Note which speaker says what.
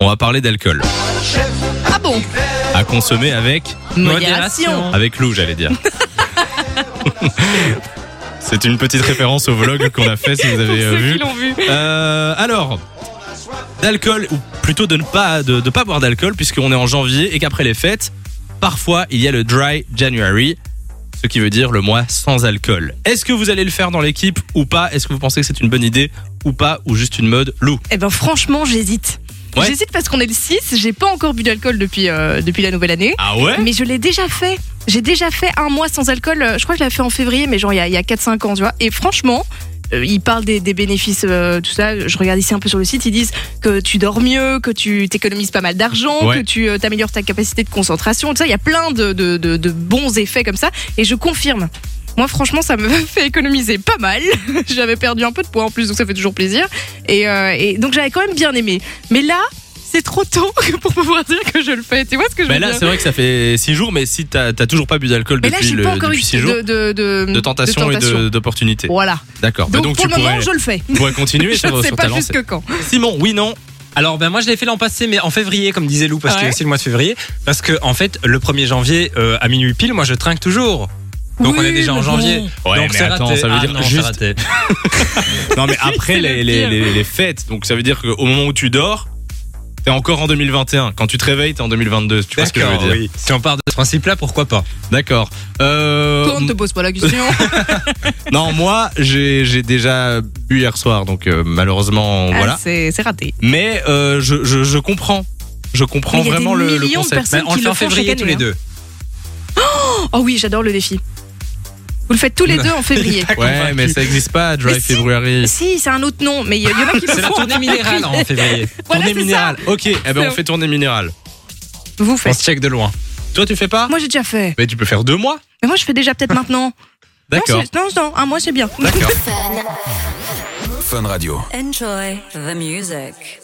Speaker 1: On va parler d'alcool.
Speaker 2: Ah bon
Speaker 1: À consommer avec.
Speaker 2: Modération.
Speaker 1: Avec Lou, j'allais dire. C'est une petite référence au vlog qu'on a fait si vous avez euh,
Speaker 2: Ceux qui
Speaker 1: vu.
Speaker 2: l'ont vu.
Speaker 1: Euh, alors, d'alcool, ou plutôt de ne pas, de, de pas boire d'alcool, puisqu'on est en janvier et qu'après les fêtes, parfois il y a le dry January, ce qui veut dire le mois sans alcool. Est-ce que vous allez le faire dans l'équipe ou pas Est-ce que vous pensez que c'est une bonne idée ou pas Ou juste une mode Lou
Speaker 2: Eh ben franchement, j'hésite.
Speaker 1: Ouais.
Speaker 2: J'hésite parce qu'on est le 6, j'ai pas encore bu d'alcool depuis, euh, depuis la nouvelle année.
Speaker 1: Ah ouais
Speaker 2: Mais je l'ai déjà fait. J'ai déjà fait un mois sans alcool. euh, Je crois que je l'ai fait en février, mais genre il y a, il y a 4-5 ans, tu vois. Et franchement, euh, ils parlent des, des bénéfices, euh, tout ça. Je regarde ici un peu sur le site. Ils disent que tu dors mieux, que tu t'économises pas mal d'argent,
Speaker 1: Ouais.
Speaker 2: que tu euh, t'améliores ta capacité de concentration, tout ça. Il y a plein de, de- de- de bons effets comme ça. Et je confirme. Moi, franchement, ça me fait économiser pas mal. J'avais perdu un peu de poids en plus, donc ça fait toujours plaisir. Et, euh, et donc, j'avais quand même bien aimé. Mais là, c'est trop tôt pour pouvoir dire que je le fais. Tu vois ce que je
Speaker 1: Bah
Speaker 2: veux
Speaker 1: là,
Speaker 2: dire
Speaker 1: c'est vrai que ça fait 6 jours, mais si t'as t'as toujours pas bu d'alcool
Speaker 2: mais là,
Speaker 1: depuis,
Speaker 2: j'ai
Speaker 1: le-
Speaker 2: pas encore eu
Speaker 1: depuis 6 jours,
Speaker 2: de, de, de,
Speaker 1: de tentation et
Speaker 2: tentation.
Speaker 1: de- d'opportunité.
Speaker 2: Voilà.
Speaker 1: D'accord. Bah
Speaker 2: Donc,
Speaker 1: donc
Speaker 2: pour
Speaker 1: tu
Speaker 2: le moment,
Speaker 1: pourrais,
Speaker 2: je le fais.
Speaker 1: tu pourrais continuer
Speaker 2: je
Speaker 1: sur,
Speaker 2: ne sais
Speaker 1: sur ta
Speaker 2: pas
Speaker 1: lancée.
Speaker 2: jusque quand.
Speaker 1: Simon, oui, non
Speaker 3: Alors ben moi je l'ai fait l'an passé mais en février comme disait Lou parce
Speaker 2: Ouais.
Speaker 3: que c'est le mois de février parce que en fait le 1er janvier euh, à minuit pile moi je trinque toujours. Donc on
Speaker 2: Oui,
Speaker 3: est déjà
Speaker 2: mais bon.
Speaker 3: en janvier.
Speaker 1: Ouais,
Speaker 3: Donc
Speaker 1: mais
Speaker 3: c'est
Speaker 1: attends,
Speaker 3: raté.
Speaker 1: ça veut
Speaker 3: Ah
Speaker 1: dire
Speaker 3: non, c'est
Speaker 1: juste-
Speaker 3: raté.
Speaker 1: Non, mais après
Speaker 2: C'est
Speaker 1: les,
Speaker 2: le
Speaker 1: les,
Speaker 2: pire.
Speaker 1: les- les fêtes, donc ça veut dire qu'au moment où tu dors, t'es encore en 2021. Quand tu te réveilles, t'es en 2022. Tu vois ce que je veux
Speaker 3: D'accord,
Speaker 1: dire
Speaker 3: oui. Si on part de ce principe là pourquoi pas.
Speaker 1: D'accord. Euh,
Speaker 2: Toi, on ne te pose pas la question.
Speaker 1: non, moi, j'ai j'ai déjà bu hier soir, donc euh, malheureusement,
Speaker 2: Ah,
Speaker 1: voilà.
Speaker 2: C'est c'est raté.
Speaker 1: Mais euh, je, je, je comprends. Je comprends
Speaker 2: Mais il y a des
Speaker 1: vraiment le, le
Speaker 2: millions de
Speaker 1: concept.
Speaker 2: personnes
Speaker 3: Ben, on
Speaker 2: qui
Speaker 3: le fait en
Speaker 2: font chaque
Speaker 3: février
Speaker 2: année,
Speaker 3: tous les
Speaker 2: hein.
Speaker 3: deux.
Speaker 2: Oh oui, j'adore le défi. Vous le faites tous les deux en février.
Speaker 1: Ouais, mais ça n'existe pas, Dry
Speaker 2: Mais si.
Speaker 1: February.
Speaker 2: Si, c'est un autre nom, mais il y, en a qui le
Speaker 3: C'est la
Speaker 2: font.
Speaker 3: tournée minérale en février.
Speaker 2: Voilà,
Speaker 1: tournée
Speaker 2: c'est
Speaker 1: minérale. Ok, eh ben, on
Speaker 2: C'est-
Speaker 1: fait tournée minérale.
Speaker 2: ça. Vous
Speaker 3: On
Speaker 2: faites.
Speaker 3: se check de loin.
Speaker 1: Toi, tu fais pas
Speaker 2: Moi, j'ai déjà fait.
Speaker 1: Mais tu peux faire deux mois.
Speaker 2: Mais moi, je fais déjà peut-être maintenant. Non,
Speaker 1: D'accord.
Speaker 2: c'est- Non, non, un mois, c'est bien.
Speaker 1: D'accord.
Speaker 4: Enjoy the music.